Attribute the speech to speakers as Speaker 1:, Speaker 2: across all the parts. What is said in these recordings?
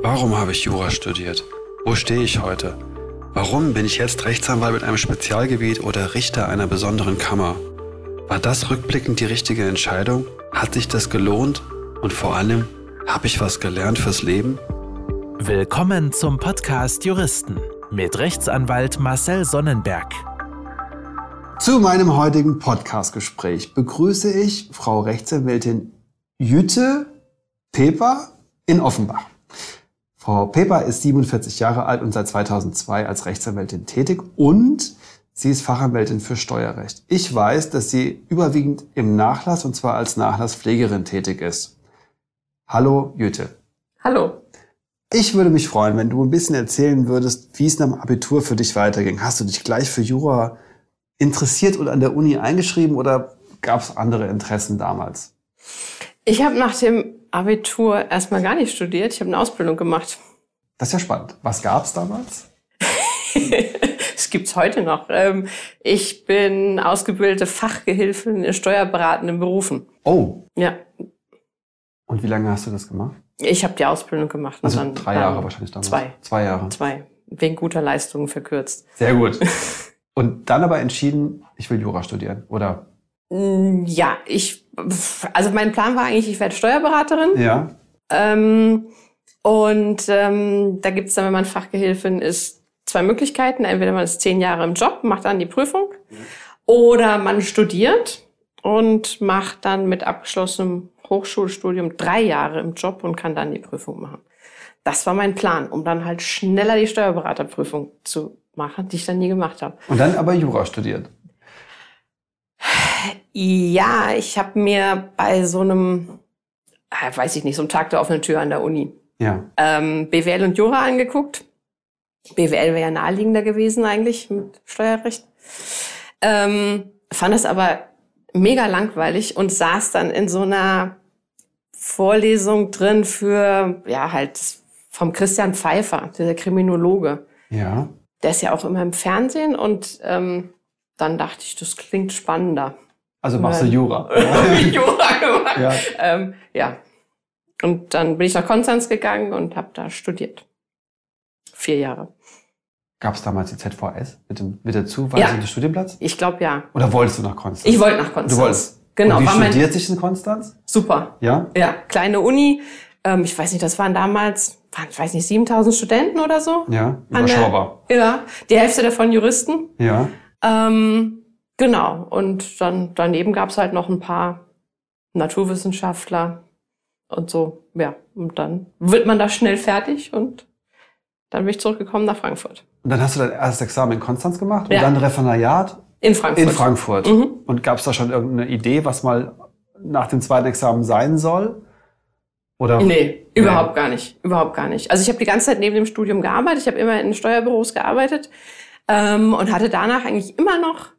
Speaker 1: Warum habe ich Jura studiert? Wo stehe ich heute? Warum bin ich jetzt Rechtsanwalt mit einem Spezialgebiet oder Richter einer besonderen Kammer? War das rückblickend die richtige Entscheidung? Hat sich das gelohnt? Und vor allem, habe ich was gelernt fürs Leben?
Speaker 2: Willkommen zum Podcast Juristen mit Rechtsanwalt Marcel Sonnenberg.
Speaker 3: Zu meinem heutigen Podcastgespräch begrüße ich Frau Rechtsanwältin Jütte Peper in Offenbach. Frau Peper ist 47 Jahre alt und seit 2002 als Rechtsanwältin tätig und sie ist Fachanwältin für Steuerrecht. Ich weiß, dass sie überwiegend im Nachlass und zwar als Nachlasspflegerin tätig ist. Hallo Jütte.
Speaker 4: Hallo.
Speaker 3: Ich würde mich freuen, wenn du ein bisschen erzählen würdest, wie es nach dem Abitur für dich weiterging. Hast du dich gleich für Jura interessiert und an der Uni eingeschrieben oder gab es andere Interessen damals?
Speaker 4: Ich habe nach dem Abitur erstmal gar nicht studiert. Ich habe eine Ausbildung gemacht.
Speaker 3: Das ist ja spannend. Was gab es damals?
Speaker 4: Es gibt es heute noch. Ähm, Ich bin ausgebildete Fachgehilfin in steuerberatenden Berufen.
Speaker 3: Oh,
Speaker 4: Ja,
Speaker 3: und wie lange hast du das gemacht?
Speaker 4: ich habe die Ausbildung gemacht. und
Speaker 3: Also
Speaker 4: dann-
Speaker 3: drei
Speaker 4: dann
Speaker 3: Jahre wahrscheinlich damals.
Speaker 4: Zwei.
Speaker 3: Zwei Jahre.
Speaker 4: Zwei. Wegen guter Leistungen verkürzt.
Speaker 3: Sehr gut. Und dann aber entschieden, ich will Jura studieren, oder?
Speaker 4: Mm, Ja, ich, also mein Plan war eigentlich, ich werde Steuerberaterin.
Speaker 3: Ja.
Speaker 4: Ähm, und ähm, da gibt's dann, wenn man Fachgehilfin ist, zwei Möglichkeiten. Entweder man ist zehn Jahre im Job, macht dann die Prüfung, oder man studiert und macht dann mit abgeschlossenem Hochschulstudium drei Jahre im Job und kann dann die Prüfung machen. Das war mein Plan, um dann halt schneller die Steuerberaterprüfung zu machen, die ich dann nie gemacht habe.
Speaker 3: Und dann aber Jura studiert.
Speaker 4: Ja, ich habe mir bei so einem, äh, weiß ich nicht, so einem Tag der offenen Tür an der Uni,
Speaker 3: Ja.
Speaker 4: ähm, BWL und Jura angeguckt. BWL wäre ja naheliegender gewesen eigentlich mit Steuerrecht. Ähm, fand das aber mega langweilig und saß dann in so einer Vorlesung drin für, ja, halt vom Christian Pfeiffer, dieser Kriminologe
Speaker 3: Ja.
Speaker 4: der ist ja auch immer im Fernsehen und ähm, dann dachte ich, das klingt spannender.
Speaker 3: Also machst du
Speaker 4: Nein.
Speaker 3: Jura.
Speaker 4: Hab ich Jura gemacht.
Speaker 3: ja.
Speaker 4: Ähm, ja. Und dann bin ich nach Konstanz gegangen und habe da studiert. Vier Jahre.
Speaker 3: Gab es damals die ZVS mit, dem, mit der Zuweisung
Speaker 4: Ja.
Speaker 3: des Studienplatz?
Speaker 4: Ich glaube ja.
Speaker 3: Oder wolltest du nach Konstanz?
Speaker 4: Ich wollte nach Konstanz.
Speaker 3: Du wolltest.
Speaker 4: Genau,
Speaker 3: Und wie
Speaker 4: war mein
Speaker 3: studiert sich in Konstanz?
Speaker 4: super.
Speaker 3: Ja.
Speaker 4: Ja, kleine Uni. Ähm, ich weiß nicht, das waren damals, waren, ich weiß nicht, 7000 Studenten oder so.
Speaker 3: Ja.
Speaker 4: der-
Speaker 3: Überschaubar.
Speaker 4: Ja, die Hälfte davon Juristen.
Speaker 3: Ja.
Speaker 4: Ähm, genau. Und dann daneben gab's halt noch ein paar Naturwissenschaftler und so. Ja, und dann wird man da schnell fertig und dann bin ich zurückgekommen nach Frankfurt.
Speaker 3: Und dann hast du dein erstes Examen in Konstanz gemacht
Speaker 4: Ja.
Speaker 3: und dann Referendariat
Speaker 4: In Frankfurt.
Speaker 3: in Frankfurt.
Speaker 4: Mhm.
Speaker 3: Und gab es da schon irgendeine Idee, was mal nach dem zweiten Examen sein soll? Oder?
Speaker 4: Nee, überhaupt gar nicht. Überhaupt gar nicht. Also ich habe die ganze Zeit neben dem Studium gearbeitet. Ich habe immer in Steuerbüros gearbeitet ähm, und hatte danach eigentlich immer noch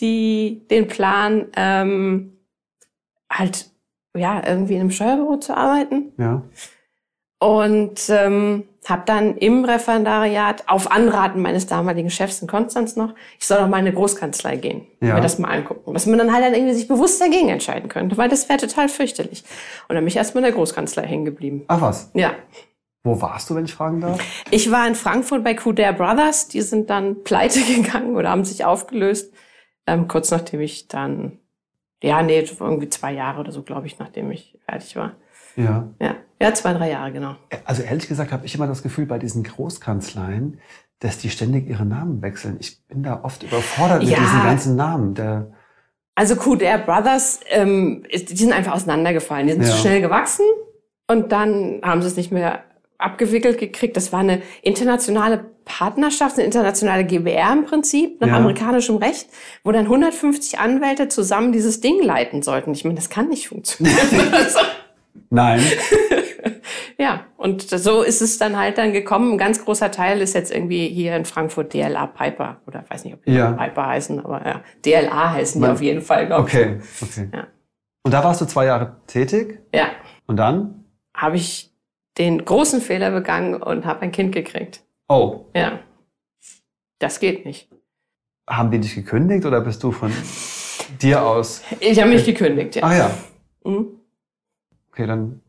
Speaker 4: die, den Plan, ähm, halt ja irgendwie in einem Steuerbüro zu arbeiten.
Speaker 3: Ja.
Speaker 4: und ähm, habe dann im Referendariat auf Anraten meines damaligen Chefs in Konstanz noch, ich soll doch mal in eine Großkanzlei gehen,
Speaker 3: Ja.
Speaker 4: mir das mal angucken, dass man dann halt dann irgendwie sich bewusst dagegen entscheiden könnte, weil das wäre total fürchterlich. Und dann bin ich erstmal in der Großkanzlei hängen geblieben.
Speaker 3: Ach was.
Speaker 4: Ja,
Speaker 3: Wo warst du, wenn ich fragen darf?
Speaker 4: ich war in Frankfurt bei Couder Brothers, die sind dann pleite gegangen oder haben sich aufgelöst, ähm, kurz nachdem ich dann, ja nee, irgendwie zwei Jahre oder so, glaube ich, nachdem ich fertig war.
Speaker 3: Ja.
Speaker 4: Ja, ja zwei, drei Jahre, genau.
Speaker 3: Also ehrlich gesagt habe ich immer das Gefühl bei diesen Großkanzleien, dass die ständig ihre Namen wechseln. Ich bin da oft überfordert mit
Speaker 4: Ja.
Speaker 3: diesen ganzen Namen. Der,
Speaker 4: Also Couder Brothers, ähm, ist- die sind einfach auseinandergefallen. Die sind
Speaker 3: Ja.
Speaker 4: zu schnell gewachsen und dann haben sie es nicht mehr abgewickelt gekriegt. Das war eine internationale Partnerschaft, eine internationale GBR im Prinzip, nach
Speaker 3: Ja.
Speaker 4: amerikanischem Recht, wo dann 150 Anwälte zusammen dieses Ding leiten sollten. Ich meine, das kann nicht funktionieren. Also,
Speaker 3: Nein.
Speaker 4: ja, und so ist es dann halt dann gekommen. Ein ganz großer Teil ist jetzt irgendwie hier in Frankfurt DLA Piper oder ich weiß nicht, ob die
Speaker 3: Ja.
Speaker 4: Piper heißen, aber ja, DLA heißen die
Speaker 3: Man-
Speaker 4: auf jeden Fall, glaube ich.
Speaker 3: Okay. okay.
Speaker 4: Ja.
Speaker 3: Und da warst du zwei Jahre tätig
Speaker 4: Ja.
Speaker 3: und dann?
Speaker 4: habe ich den großen Fehler begangen und habe ein Kind gekriegt.
Speaker 3: Oh,
Speaker 4: Ja. Das geht nicht.
Speaker 3: haben die dich gekündigt oder bist du von dir aus? Ah.
Speaker 4: Ich habe mich gekündigt, ja.
Speaker 3: Ach ja.
Speaker 4: Mhm.
Speaker 3: Okay, dann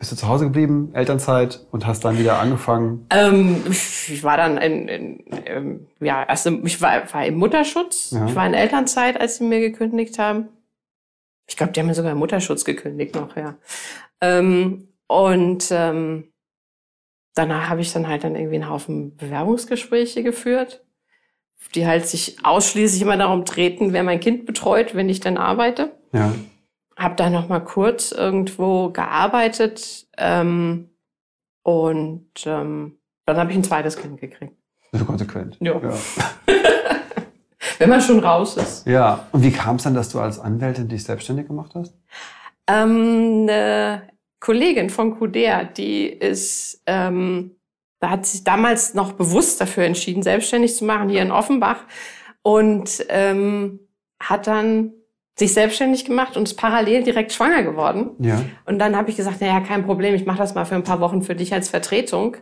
Speaker 3: Bist du zu Hause geblieben, Elternzeit und hast dann wieder angefangen?
Speaker 4: Ähm, ich war dann in, in ähm, ja, erst im, ich war, war im Mutterschutz.
Speaker 3: Ja.
Speaker 4: Ich war in Elternzeit, als sie mir gekündigt haben. Ich glaube, die haben mir sogar im Mutterschutz gekündigt noch, ja. Ähm, und ähm, danach habe ich dann halt dann irgendwie einen Haufen Bewerbungsgespräche geführt, die halt sich ausschließlich immer darum treten, wer mein Kind betreut, wenn ich dann arbeite
Speaker 3: Ja.
Speaker 4: habe da noch mal kurz irgendwo gearbeitet ähm, und ähm, dann habe ich ein zweites Kind gekriegt.
Speaker 3: Bist du konsequent?
Speaker 4: Ja.
Speaker 3: ja.
Speaker 4: Wenn man schon raus ist.
Speaker 3: Ja. Und wie kam es dann, dass du als Anwältin dich selbstständig gemacht hast?
Speaker 4: Ähm, eine Kollegin von Kudea, die ist, ähm, da hat sich damals noch bewusst dafür entschieden, selbstständig zu machen hier in Offenbach und ähm, hat dann sich selbstständig gemacht und ist parallel direkt schwanger geworden.
Speaker 3: Ja.
Speaker 4: Und dann habe ich gesagt, naja, kein Problem, ich mache das mal für ein paar Wochen für dich als Vertretung.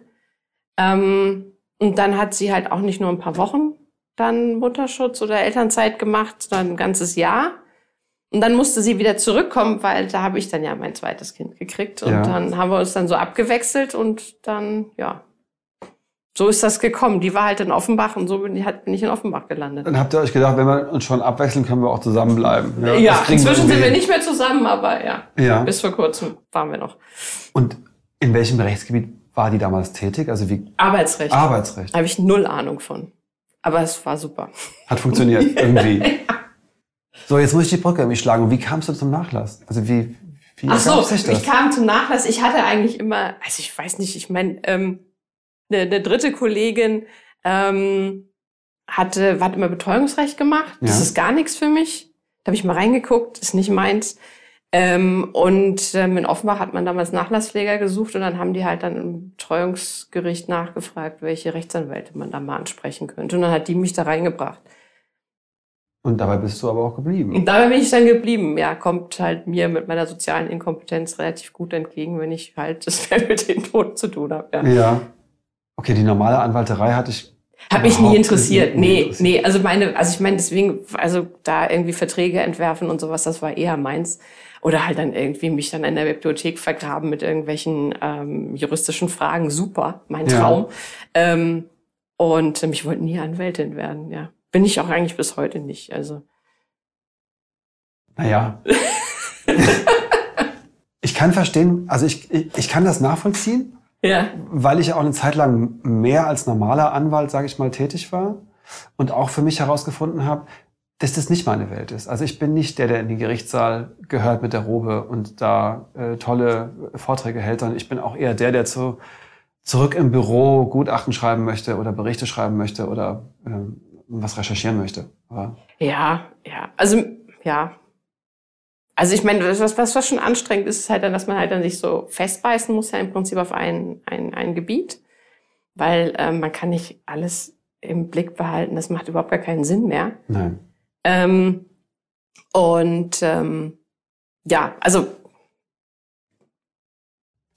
Speaker 4: Ähm, und dann hat sie halt auch nicht nur ein paar Wochen dann Mutterschutz oder Elternzeit gemacht, sondern ein ganzes Jahr. Und dann musste sie wieder zurückkommen, weil da habe ich dann ja mein zweites Kind gekriegt. Und
Speaker 3: Ja.
Speaker 4: dann haben wir uns dann so abgewechselt und dann, ja, so ist das gekommen. Die war halt in Offenbach und so bin ich, halt- bin ich in Offenbach gelandet.
Speaker 3: Dann habt ihr euch gedacht, wenn wir uns schon abwechseln, können wir auch zusammenbleiben.
Speaker 4: Ja,
Speaker 3: das kriegen
Speaker 4: inzwischen sind wir
Speaker 3: irgendwie
Speaker 4: nicht mehr zusammen, aber ja,
Speaker 3: hin. Ja.
Speaker 4: bis vor kurzem waren wir noch.
Speaker 3: Und in welchem Rechtsgebiet war die damals tätig? Also wie
Speaker 4: Arbeitsrecht.
Speaker 3: Arbeitsrecht.
Speaker 4: Da habe ich null Ahnung von. Aber es war super.
Speaker 3: Hat funktioniert irgendwie. So, jetzt muss ich die Brücke irgendwie schlagen. Wie kamst du zum Nachlass? Also wie, wie
Speaker 4: Ach so,
Speaker 3: ergab sich das?
Speaker 4: ich kam zum Nachlass. Ich hatte eigentlich immer, also ich weiß nicht, ich meine, ähm, eine, eine dritte Kollegin ähm, hatte, hat immer Betreuungsrecht gemacht. Das
Speaker 3: Ja.
Speaker 4: ist gar nichts für mich. Da habe ich mal reingeguckt, ist nicht meins. Ähm, und ähm, in Offenbach hat man damals Nachlasspfleger gesucht und dann haben die halt dann im Betreuungsgericht nachgefragt, welche Rechtsanwälte man da mal ansprechen könnte. Und dann hat die mich da reingebracht.
Speaker 3: Und dabei bist du aber auch geblieben.
Speaker 4: Und dabei bin ich dann geblieben. Ja, kommt halt mir mit meiner sozialen Inkompetenz relativ gut entgegen, wenn ich halt das mehr mit dem Tod zu tun habe. Ja.
Speaker 3: Ja. Okay, die normale Anwalterei hatte ich.
Speaker 4: Hat mich nie
Speaker 3: Überhaupt
Speaker 4: interessiert.
Speaker 3: nicht
Speaker 4: Nee,
Speaker 3: interessiert.
Speaker 4: nee, also meine, also ich meine, deswegen, also da irgendwie Verträge entwerfen und sowas, das war eher meins. Oder halt dann irgendwie mich dann in der Bibliothek vergraben mit irgendwelchen ähm, juristischen Fragen. Super, mein
Speaker 3: Ja.
Speaker 4: Traum. Ähm, und ähm, ich wollte nie Anwältin werden, ja. Bin ich auch eigentlich bis heute nicht. Also
Speaker 3: Naja. ich kann verstehen, also ich, ich, ich kann das nachvollziehen.
Speaker 4: ja,
Speaker 3: weil ich ja auch eine Zeit lang mehr als normaler Anwalt, sage ich mal, tätig war und auch für mich herausgefunden habe, dass das nicht meine Welt ist. Also ich bin nicht der, der in den Gerichtssaal gehört mit der Robe und da äh, tolle Vorträge hält, sondern ich bin auch eher der, der zu, zurück im Büro Gutachten schreiben möchte oder Berichte schreiben möchte oder ähm, was recherchieren möchte. Aber
Speaker 4: Ja, ja. Also, ja. Also ich meine, das- was, was, was schon anstrengend ist, ist halt dann, dass man halt dann sich so festbeißen muss, ja im Prinzip auf ein, ein, ein Gebiet. Weil ähm, man kann nicht alles im Blick behalten. Das macht überhaupt gar keinen Sinn mehr.
Speaker 3: nein.
Speaker 4: Ähm, und ähm, ja, also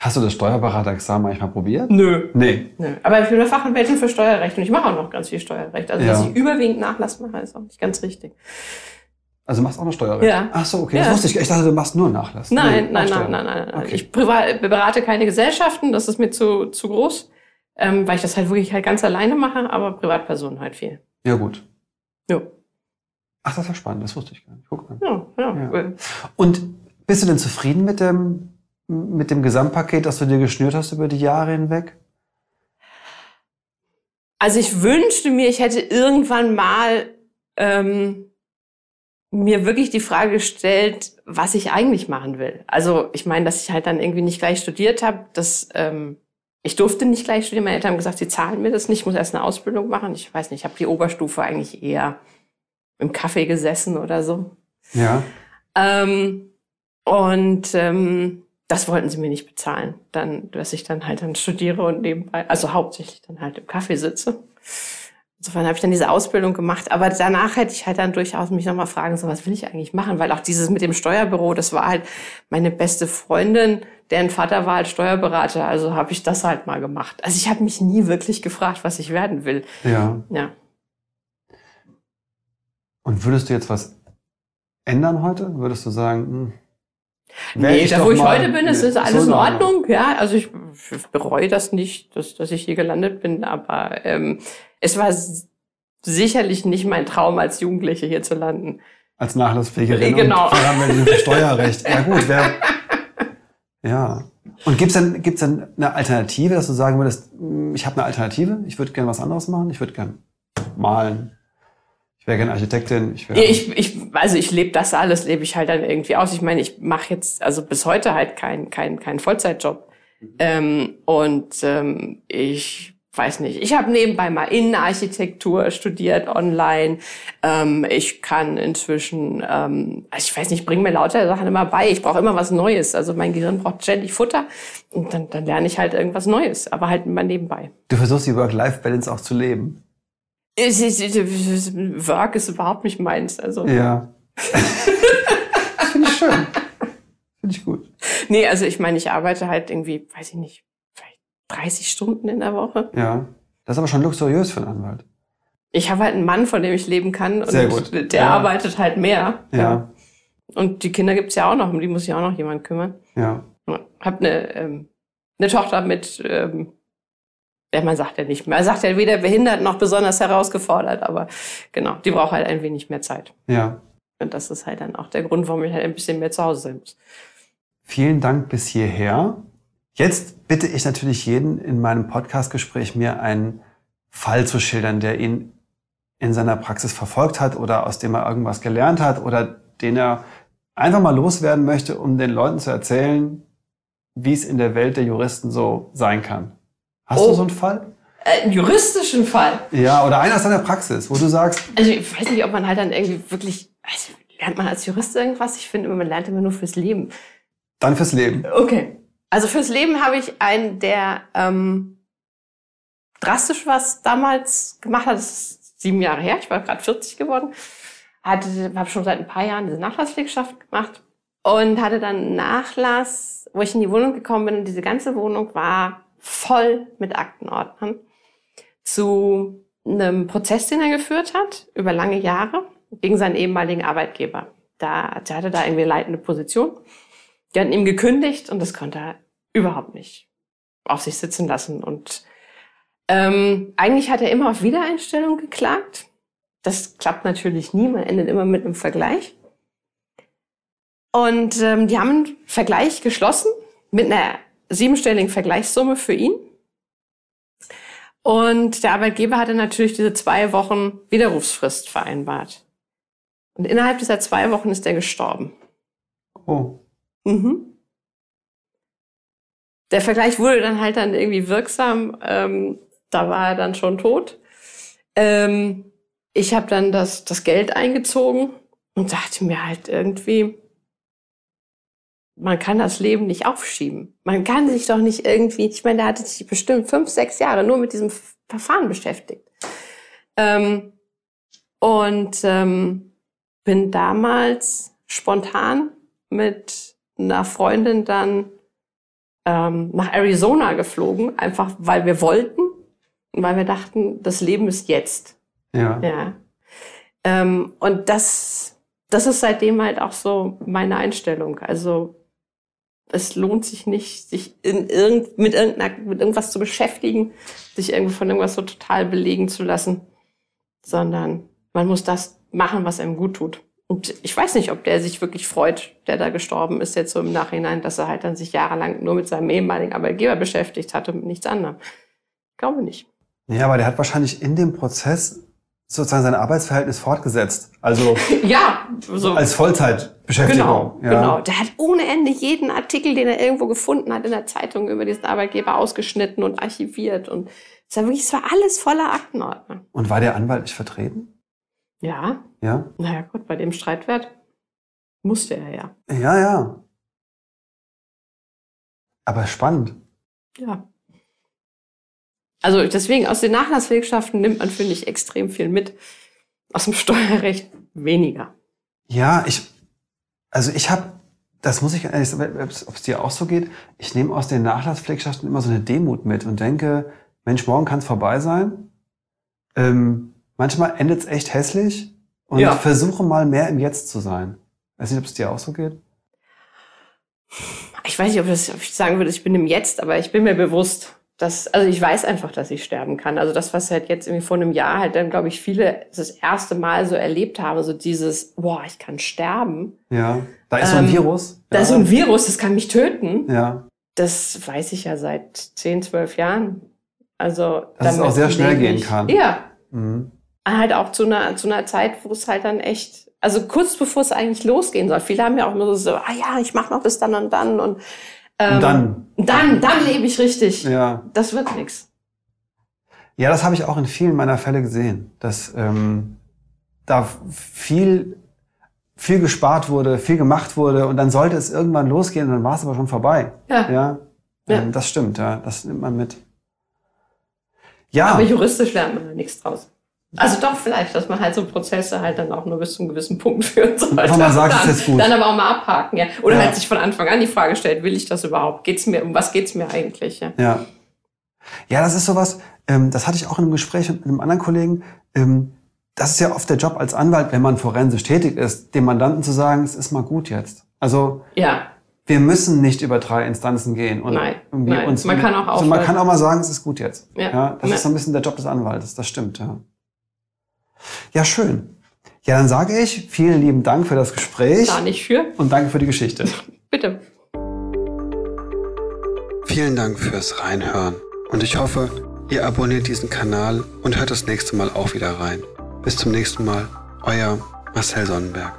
Speaker 3: Hast du das Steuerberaterexamen eigentlich mal probiert?
Speaker 4: nö.
Speaker 3: Nee.
Speaker 4: nö. Aber ich bin eine Fachanwältin für Steuerrecht und ich mache auch noch ganz viel Steuerrecht. Also dass
Speaker 3: Ja.
Speaker 4: ich überwiegend Nachlass mache, ist auch nicht ganz richtig.
Speaker 3: Also machst auch noch Steuerrecht?
Speaker 4: Ja.
Speaker 3: Ach so, okay. Das
Speaker 4: Ja.
Speaker 3: wusste ich. Ich dachte, du machst nur Nachlass.
Speaker 4: Nein,
Speaker 3: Nee, auch
Speaker 4: nein,
Speaker 3: Steuern.
Speaker 4: nein, nein, nein, nein.
Speaker 3: Okay.
Speaker 4: Ich privat- berate keine Gesellschaften, das ist mir zu, zu groß, ähm, weil ich das halt wirklich halt ganz alleine mache, aber Privatpersonen halt viel.
Speaker 3: Ja, gut.
Speaker 4: Ja,
Speaker 3: Ach, das ist ja spannend, das wusste ich gar nicht. Guck mal.
Speaker 4: ja, ja.
Speaker 3: Ja.
Speaker 4: Äh,
Speaker 3: Und bist du denn zufrieden mit dem, mit dem Gesamtpaket, das du dir geschnürt hast über die Jahre hinweg?
Speaker 4: Also ich wünschte mir, ich hätte irgendwann mal ähm, mir wirklich die Frage gestellt, was ich eigentlich machen will. Also ich meine, dass ich halt dann irgendwie nicht gleich studiert habe, dass ähm, ich durfte nicht gleich studieren. Meine Eltern haben gesagt, sie zahlen mir das nicht, ich muss erst eine Ausbildung machen. Ich weiß nicht, ich habe die Oberstufe eigentlich eher im Café gesessen oder so.
Speaker 3: Ja.
Speaker 4: Ähm, und ähm, das wollten sie mir nicht bezahlen, dann, dass ich dann halt dann studiere und nebenbei, also hauptsächlich dann halt im Kaffee sitze. Insofern habe ich dann diese Ausbildung gemacht, aber danach hätte ich halt dann durchaus mich nochmal fragen sollen, was will ich eigentlich machen, weil auch dieses mit dem Steuerbüro, das war halt meine beste Freundin, deren Vater war halt Steuerberater, also habe ich das halt mal gemacht. Also ich habe mich nie wirklich gefragt, was ich werden will.
Speaker 3: Ja.
Speaker 4: Ja,
Speaker 3: Und würdest du jetzt was ändern heute? Würdest du sagen, hm, Wär
Speaker 4: nee, da
Speaker 3: doch
Speaker 4: wo ich
Speaker 3: mal-
Speaker 4: heute bin, ist, ist
Speaker 3: so
Speaker 4: alles in
Speaker 3: eine Ahnung.
Speaker 4: Ordnung. Ja, also ich bereue das nicht, dass, dass ich hier gelandet bin, aber ähm, es war s- sicherlich nicht mein Traum, als Jugendliche hier zu landen.
Speaker 3: Als Nachlasspflegerin.
Speaker 4: Genau.
Speaker 3: Und Fachanwältin für Steuerrecht. Ja gut, wer... Ja. Und gibt's denn, gibt's denn eine Alternative, dass du sagen würdest, "Hm, ich habe eine Alternative, ich würde gerne was anderes machen, ich würde gerne malen, ich wäre gerne Architektin, ich wäre...
Speaker 4: Ich, ich, also ich lebe das alles, lebe ich halt dann irgendwie aus. Ich meine, ich mache jetzt also bis heute halt keinen keinen keinen Vollzeitjob. Ähm, und ähm, ich weiß nicht, ich habe nebenbei mal Innenarchitektur studiert online. Ähm, ich kann inzwischen, ähm, also ich weiß nicht, bring mir lauter Sachen immer bei. Ich brauche immer was Neues. Also mein Gehirn braucht ständig Futter und dann, dann lerne ich halt irgendwas Neues, aber halt immer nebenbei.
Speaker 3: Du versuchst die Work-Life-Balance auch zu leben.
Speaker 4: Es ist- es ist- Work ist überhaupt nicht meins. Also
Speaker 3: Ja. Finde ich schön. Finde ich gut.
Speaker 4: Nee, also ich meine, ich arbeite halt irgendwie, weiß ich nicht, vielleicht 30 Stunden in der Woche.
Speaker 3: Ja. Das ist aber schon luxuriös für einen Anwalt.
Speaker 4: Ich habe halt einen Mann, von dem ich leben kann und
Speaker 3: Sehr gut.
Speaker 4: der
Speaker 3: Ja.
Speaker 4: arbeitet halt mehr.
Speaker 3: Ja.
Speaker 4: Und die Kinder gibt's ja auch noch, um die muss sich auch noch jemand kümmern.
Speaker 3: Ja.
Speaker 4: Ja. Hab eine, ähm, eine Tochter mit, ähm, ja, man sagt ja nicht mehr, man sagt ja weder behindert noch besonders herausgefordert, aber genau, die braucht halt ein wenig mehr Zeit.
Speaker 3: Ja.
Speaker 4: Und das ist halt dann auch der Grund, warum ich halt ein bisschen mehr zu Hause sein muss.
Speaker 3: Vielen Dank bis hierher. Jetzt bitte ich natürlich jeden in meinem Podcast-Gespräch, mir einen Fall zu schildern, der ihn in seiner Praxis verfolgt hat oder aus dem er irgendwas gelernt hat oder den er einfach mal loswerden möchte, um den Leuten zu erzählen, wie es in der Welt der Juristen so sein kann. Hast
Speaker 4: Oh.
Speaker 3: du so einen Fall?
Speaker 4: Äh, Im juristischen Fall
Speaker 3: Ja, oder einer aus deiner Praxis, wo du sagst,
Speaker 4: Also ich weiß nicht, ob man halt dann irgendwie wirklich, also lernt man als Jurist irgendwas? Ich finde immer, man lernt immer nur fürs Leben.
Speaker 3: dann fürs Leben.
Speaker 4: Okay. Also fürs Leben habe ich einen, der ähm, drastisch was damals gemacht hat. Das ist sieben Jahre her, ich war gerade 40 geworden. Hatte, habe schon seit ein paar Jahren diese Nachlasspflegschaft gemacht und hatte dann einen Nachlass, wo ich in die Wohnung gekommen bin und diese ganze Wohnung war voll mit Aktenordnern zu einem Prozess, den er geführt hat, über lange Jahre, gegen seinen ehemaligen Arbeitgeber. Da, der hatte da irgendwie eine leitende Position. Die hatten ihm gekündigt und das konnte er überhaupt nicht auf sich sitzen lassen. Und ähm, eigentlich hat er immer auf Wiedereinstellung geklagt. Das klappt natürlich nie, man endet immer mit einem Vergleich. Und ähm, die haben einen Vergleich geschlossen mit einer siebenstelligen Vergleichssumme für ihn. Und der Arbeitgeber hatte natürlich diese zwei Wochen Widerrufsfrist vereinbart. Und innerhalb dieser zwei Wochen ist er gestorben.
Speaker 3: Oh,
Speaker 4: Mhm. Der Vergleich wurde dann halt dann irgendwie wirksam. Ähm, da war er dann schon tot. Ähm, ich habe dann das, das Geld eingezogen und dachte mir halt irgendwie, man kann das Leben nicht aufschieben. Man kann sich doch nicht irgendwie, ich meine, der hatte sich bestimmt fünf, sechs Jahre nur mit diesem Verfahren beschäftigt. Ähm, und ähm, bin damals spontan mit einer Freundin dann ähm, nach Arizona geflogen, einfach weil wir wollten und weil wir dachten, das Leben ist jetzt.
Speaker 3: ja.
Speaker 4: Ja. Ähm, und das, das ist seitdem halt auch so meine Einstellung. Also es lohnt sich nicht, sich in irgend, mit, irgendeiner, mit irgendwas zu beschäftigen, sich irgendwie von irgendwas so total belegen zu lassen, sondern man muss das machen, was einem gut tut. Und ich weiß nicht, ob der sich wirklich freut, der da gestorben ist, jetzt so im Nachhinein, dass er halt dann sich jahrelang nur mit seinem ehemaligen Arbeitgeber beschäftigt hat und mit nichts anderem. Ich glaube nicht.
Speaker 3: Ja, aber der hat wahrscheinlich in dem Prozess sozusagen sein Arbeitsverhältnis fortgesetzt. Also
Speaker 4: Ja, so
Speaker 3: als
Speaker 4: Genau,
Speaker 3: Vollzeitbeschäftigung. ja.
Speaker 4: genau. Der hat ohne Ende jeden Artikel, den er irgendwo gefunden hat in der Zeitung über diesen Arbeitgeber ausgeschnitten und archiviert und es war wirklich, es war alles voller Aktenordner.
Speaker 3: Und war der Anwalt nicht vertreten?
Speaker 4: Ja,
Speaker 3: Ja.
Speaker 4: naja gut, bei dem Streitwert musste er ja.
Speaker 3: Ja, ja. Aber spannend.
Speaker 4: Ja. Also deswegen aus den Nachlasswegschaften nimmt man, finde ich, extrem viel mit. Aus dem Steuerrecht weniger.
Speaker 3: Ja, ich, also ich habe, das muss ich, ob es dir auch so geht, ich nehme aus den Nachlasspflegschaften immer so eine Demut mit und denke, Mensch, morgen kann es vorbei sein. Ähm, manchmal endet es echt hässlich und
Speaker 4: Ja.
Speaker 3: versuche mal mehr im Jetzt zu sein. Weiß nicht, ob es dir auch so geht.
Speaker 4: Ich weiß nicht, ob, das, ob ich sagen würde, ich bin im Jetzt, aber ich bin mir bewusst, dass, also ich weiß einfach, dass ich sterben kann. Also das, was halt jetzt irgendwie vor einem Jahr halt dann, glaube ich, viele das erste Mal so erlebt haben, so dieses, boah, ich kann sterben.
Speaker 3: Ja. Da ist so ein
Speaker 4: Ähm,
Speaker 3: Virus.
Speaker 4: Da
Speaker 3: ja.
Speaker 4: ist so ein Virus, das kann mich töten.
Speaker 3: Ja.
Speaker 4: Das weiß ich ja seit 10, 12 Jahren. Also,
Speaker 3: Dass es
Speaker 4: damit
Speaker 3: auch sehr schnell
Speaker 4: lebe
Speaker 3: gehen
Speaker 4: ich.
Speaker 3: kann.
Speaker 4: Ja,
Speaker 3: Mhm.
Speaker 4: halt auch zu einer, zu einer Zeit, wo es halt dann echt, also kurz bevor es eigentlich losgehen soll. Viele haben ja auch nur so, ah ja, ich mache noch bis dann und dann und, ähm,
Speaker 3: Und dann.
Speaker 4: dann, dann lebe ich richtig.
Speaker 3: Ja.
Speaker 4: Das wird nix.
Speaker 3: Ja, das habe ich auch in vielen meiner Fälle gesehen, dass ähm, da viel, viel gespart wurde, viel gemacht wurde und dann sollte es irgendwann losgehen und dann war es aber schon vorbei.
Speaker 4: Ja.
Speaker 3: Ja,
Speaker 4: Ja.
Speaker 3: Ähm, das stimmt, ja, das nimmt man mit. Ja,
Speaker 4: Aber juristisch lernt man da nichts draus. Also doch vielleicht, dass man halt so Prozesse halt dann auch nur bis zu einem gewissen Punkt führt. So
Speaker 3: Einfach mal sagen, es
Speaker 4: dann,
Speaker 3: ist jetzt gut.
Speaker 4: Dann aber auch mal abhaken, ja. Oder
Speaker 3: Ja.
Speaker 4: halt sich von Anfang an die Frage stellt, will ich das überhaupt? Geht's mir, um was geht's mir eigentlich, ja?
Speaker 3: Ja. Ja, das ist sowas, ähm, das hatte ich auch in einem Gespräch mit einem anderen Kollegen. Ähm, das ist ja oft der Job als Anwalt, wenn man forensisch tätig ist, dem Mandanten zu sagen, es ist mal gut jetzt. Also
Speaker 4: Ja.
Speaker 3: wir müssen nicht über drei Instanzen gehen und
Speaker 4: Nein,
Speaker 3: irgendwie
Speaker 4: nein.
Speaker 3: uns.
Speaker 4: Man kann auch
Speaker 3: so, man
Speaker 4: aufhören.
Speaker 3: kann auch mal sagen, es ist gut jetzt.
Speaker 4: Ja.
Speaker 3: das
Speaker 4: Ja.
Speaker 3: ist so ein bisschen der Job des Anwaltes. Das stimmt. Ja, ja schön. Ja, dann sage ich vielen lieben Dank für das Gespräch
Speaker 4: Da nicht für.
Speaker 3: und danke für die Geschichte.
Speaker 4: Bitte.
Speaker 1: Vielen Dank fürs Reinhören und ich hoffe, ihr abonniert diesen Kanal und hört das nächste Mal auch wieder rein. Bis zum nächsten Mal, euer Marcel Sonnenberg.